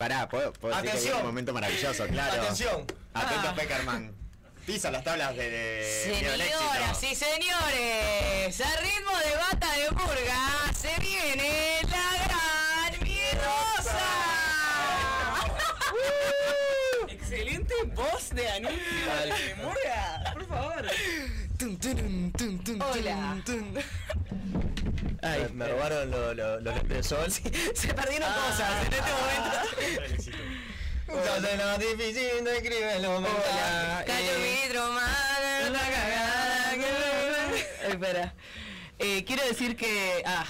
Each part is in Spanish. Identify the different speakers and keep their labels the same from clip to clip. Speaker 1: Pará, puedo, puedo decir que
Speaker 2: Atención.
Speaker 1: es un momento maravilloso, claro.
Speaker 2: Atención.
Speaker 1: Atento
Speaker 3: Ah.
Speaker 1: Peckerman. Pisa las tablas de, de Miedo al Eh, Éxito.
Speaker 3: Señoras y señores, a ritmo de bata de burga se viene la gran miedosa.
Speaker 4: Excelente voz de anuncio de Murga, por favor.
Speaker 3: Hola.
Speaker 5: Ay, me robaron lo- lo- los lentes de sol.
Speaker 3: Se perdieron cosas en este momento.
Speaker 5: Entonces lo difícil no escribe lo mental.
Speaker 3: Cayó mi
Speaker 5: Eh,
Speaker 3: vidrio, madre, la cagada que-
Speaker 5: Ay, espera. Eh, quiero decir que. Ah.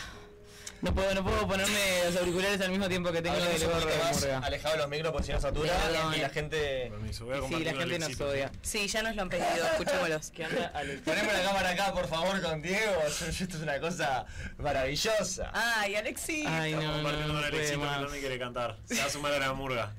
Speaker 5: No puedo, no puedo ponerme los auriculares al mismo tiempo que tengo
Speaker 2: Hablemos
Speaker 5: el
Speaker 2: un
Speaker 5: gorro
Speaker 2: poquito
Speaker 5: de
Speaker 2: más
Speaker 5: murga.
Speaker 2: alejado de los micros porque si no satura
Speaker 5: Perdón,
Speaker 2: y la
Speaker 5: eh.
Speaker 2: gente...
Speaker 6: Permiso, voy a
Speaker 5: Sí,
Speaker 6: compartir
Speaker 5: la
Speaker 6: el
Speaker 5: gente nos
Speaker 6: éxito.
Speaker 5: odia.
Speaker 3: Sí, ya nos lo han pedido, escuchémoslos.
Speaker 2: Poneme la cámara acá, por favor, con Diego. Esto es una cosa maravillosa.
Speaker 5: Ah.
Speaker 3: Ay, Alexi.
Speaker 5: Ay,
Speaker 6: Estamos
Speaker 5: no, no,
Speaker 6: compartiendo
Speaker 5: no
Speaker 6: con
Speaker 5: puede
Speaker 6: Alexito que
Speaker 5: más.
Speaker 6: también quiere cantar. Se va a sumar a la murga.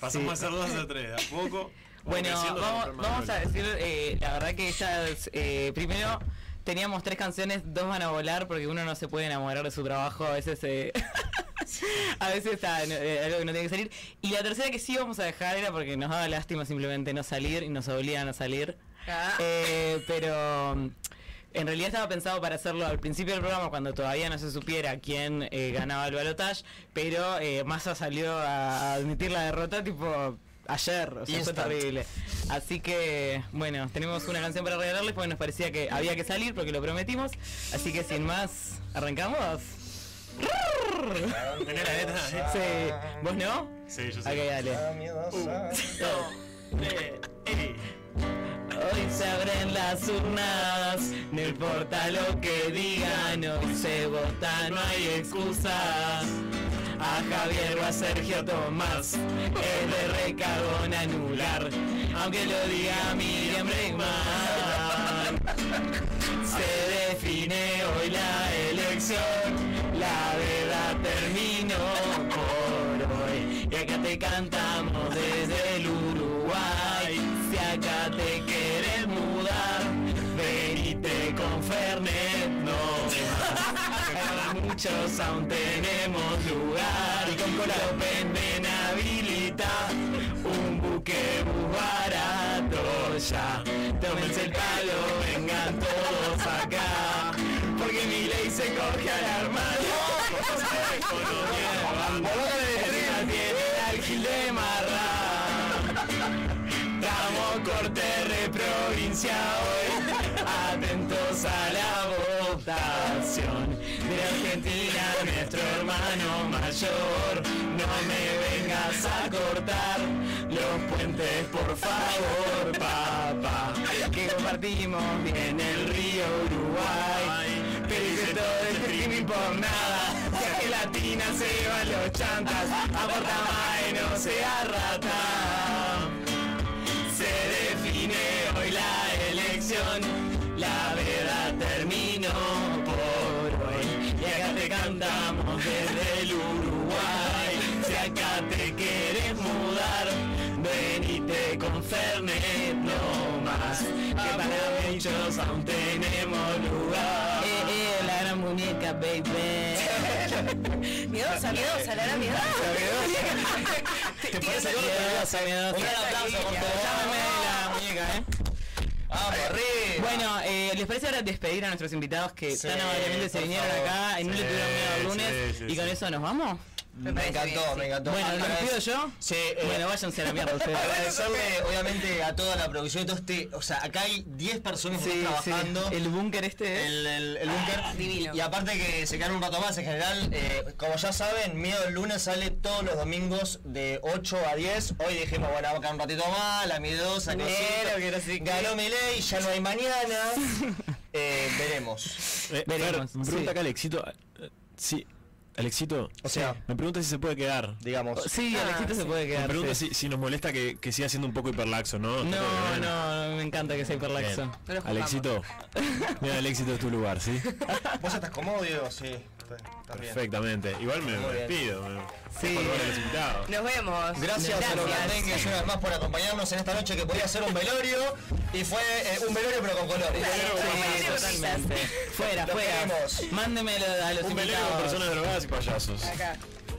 Speaker 6: Pasamos a ser dos a tres. ¿A poco?
Speaker 5: Bueno,
Speaker 6: creciendo,
Speaker 5: vamos,
Speaker 6: Superman
Speaker 5: vamos a
Speaker 6: Manuel.
Speaker 5: decir, eh, la verdad que ellas, eh, primero teníamos tres canciones, dos van a volar porque uno no se puede enamorar de su trabajo, a veces eh, a veces ah, no, eh, algo que no tiene que salir. Y la tercera que sí vamos a dejar era porque nos daba lástima simplemente no salir y nos obligan a salir.
Speaker 3: Ah.
Speaker 5: Eh, pero mm, en realidad estaba pensado para hacerlo al principio del programa cuando todavía no se supiera quién eh, ganaba el balotaje, pero eh, Massa salió a a admitir la derrota tipo ayer, o sea, fue
Speaker 2: Instant.
Speaker 5: terrible. Así que, bueno, tenemos una canción para regalarles porque nos parecía que había que salir porque lo prometimos. Así que sin más, ¿arrancamos?
Speaker 6: ¿Tenés la letra? eh?
Speaker 5: Sí. ¿Vos no?
Speaker 6: Sí, yo
Speaker 5: Ok,
Speaker 6: sé.
Speaker 5: dale.
Speaker 2: Ah,
Speaker 5: Uh. Hoy se abren las urnas, no importa lo que digan, hoy se vota, no hay excusas. A Javier o a Sergio Tomás, el de recagón anular, aunque lo diga Miriam Bregman. Se define hoy la elección, la verdad terminó por hoy. Y acá te cantamos desde el Uruguay. Si acá te quieres mudar, venite con Fernet, no más. Muchos aún tenemos lugar y con venden habilita un buque muy barato ya. Tómense el palo, vengan todos acá, porque mi ley se coge al hermano. Encima tiene el alquil de marra. Damos corte re provincia hoy, atentos a la votación. De Argentina, nuestro hermano mayor, no me vengas a cortar los puentes, por favor, papá. Que compartimos bien el río Uruguay, pero hice todo este crimen por nada. Que a gelatina se van los chantas, aporta más y no sea rata. Se define hoy la elección, la verdad terminó por hoy. Y acá te cantamos desde el Uruguay. Si acá te quieres mudar, venite con Fernet no más. Que para muchos aún tenemos lugar. Eh, la gran muñeca, baby.
Speaker 3: Miedosa, miedosa, la gran miedosa.
Speaker 5: Te pones el gorro, ¿eh? Un gran aplauso, por favor. Llámame la muñeca, eh.
Speaker 2: ¡Vamos, Ah, arriba!
Speaker 5: Bueno, eh, ¿les parece ahora despedir a nuestros invitados que
Speaker 2: Sí,
Speaker 5: tan amablemente se
Speaker 2: por
Speaker 5: vinieron
Speaker 2: favor.
Speaker 5: acá y no le
Speaker 6: Sí,
Speaker 5: tuvieron miedo al
Speaker 6: sí,
Speaker 5: lunes?
Speaker 6: sí,
Speaker 5: ¿Y con
Speaker 6: sí.
Speaker 5: eso nos vamos?
Speaker 2: me,
Speaker 3: parece
Speaker 2: encantó,
Speaker 3: bien, sí.
Speaker 2: me encantó.
Speaker 5: Bueno, ¿lo
Speaker 2: Otra
Speaker 5: despido
Speaker 2: vez-
Speaker 5: yo?
Speaker 2: Sí, eh,
Speaker 5: Bueno, váyanse a la mierda ustedes.
Speaker 2: Agradecerle obviamente a toda la producción, todo este, o sea, acá hay 10 personas que
Speaker 5: Sí,
Speaker 2: están
Speaker 5: sí.
Speaker 2: trabajando.
Speaker 5: El búnker este es.
Speaker 2: el, el, el búnker.
Speaker 3: divino.
Speaker 2: Y aparte que se quedan un rato más en general. eh, como ya saben, Miedo el lunes sale todos los domingos de 8 a 10. Hoy dijimos, bueno, vamos a quedar un ratito más, la miedosa,
Speaker 5: Pero
Speaker 2: cosita.
Speaker 5: que no sé qué.
Speaker 2: Ganó mi ley, ya no hay mañana. Eh, veremos.
Speaker 6: Eh,
Speaker 5: Veremos,
Speaker 6: Fer, me pregunta
Speaker 5: sí.
Speaker 6: acá Alexito. eh, Sí, Alexito.
Speaker 2: O sea,
Speaker 6: Me pregunta si se puede quedar.
Speaker 2: digamos.
Speaker 5: Ah, Sí, Alexito se puede
Speaker 6: Me
Speaker 5: quedar.
Speaker 6: pregunta
Speaker 5: sí.
Speaker 6: si, si nos molesta que, que siga siendo un poco hiperlaxo, ¿no?
Speaker 5: No, no, me encanta que sea hiperlaxo.
Speaker 3: No nos
Speaker 6: Alexito, mira, Alexito es tu lugar, ¿sí?
Speaker 2: ¿Vos estás cómodo, Diego? Sí, está- estás bien.
Speaker 6: Perfectamente. Igual me
Speaker 2: Muy bien.
Speaker 6: despido. me-
Speaker 5: Sí.
Speaker 6: Por favor, a los invitados.
Speaker 3: Nos vemos.
Speaker 2: Gracias, a los blandengues una vez más por acompañarnos en esta noche que podía ser un velorio y fue eh, un velorio pero con colores.
Speaker 5: Sí,
Speaker 3: Claro,
Speaker 5: totalmente. Fuera,
Speaker 2: Lo
Speaker 5: fuera.
Speaker 2: queremos.
Speaker 5: Mándemelo a los
Speaker 6: Un velero con
Speaker 5: invitados.
Speaker 6: personas drogadas y payasos.
Speaker 3: Acá.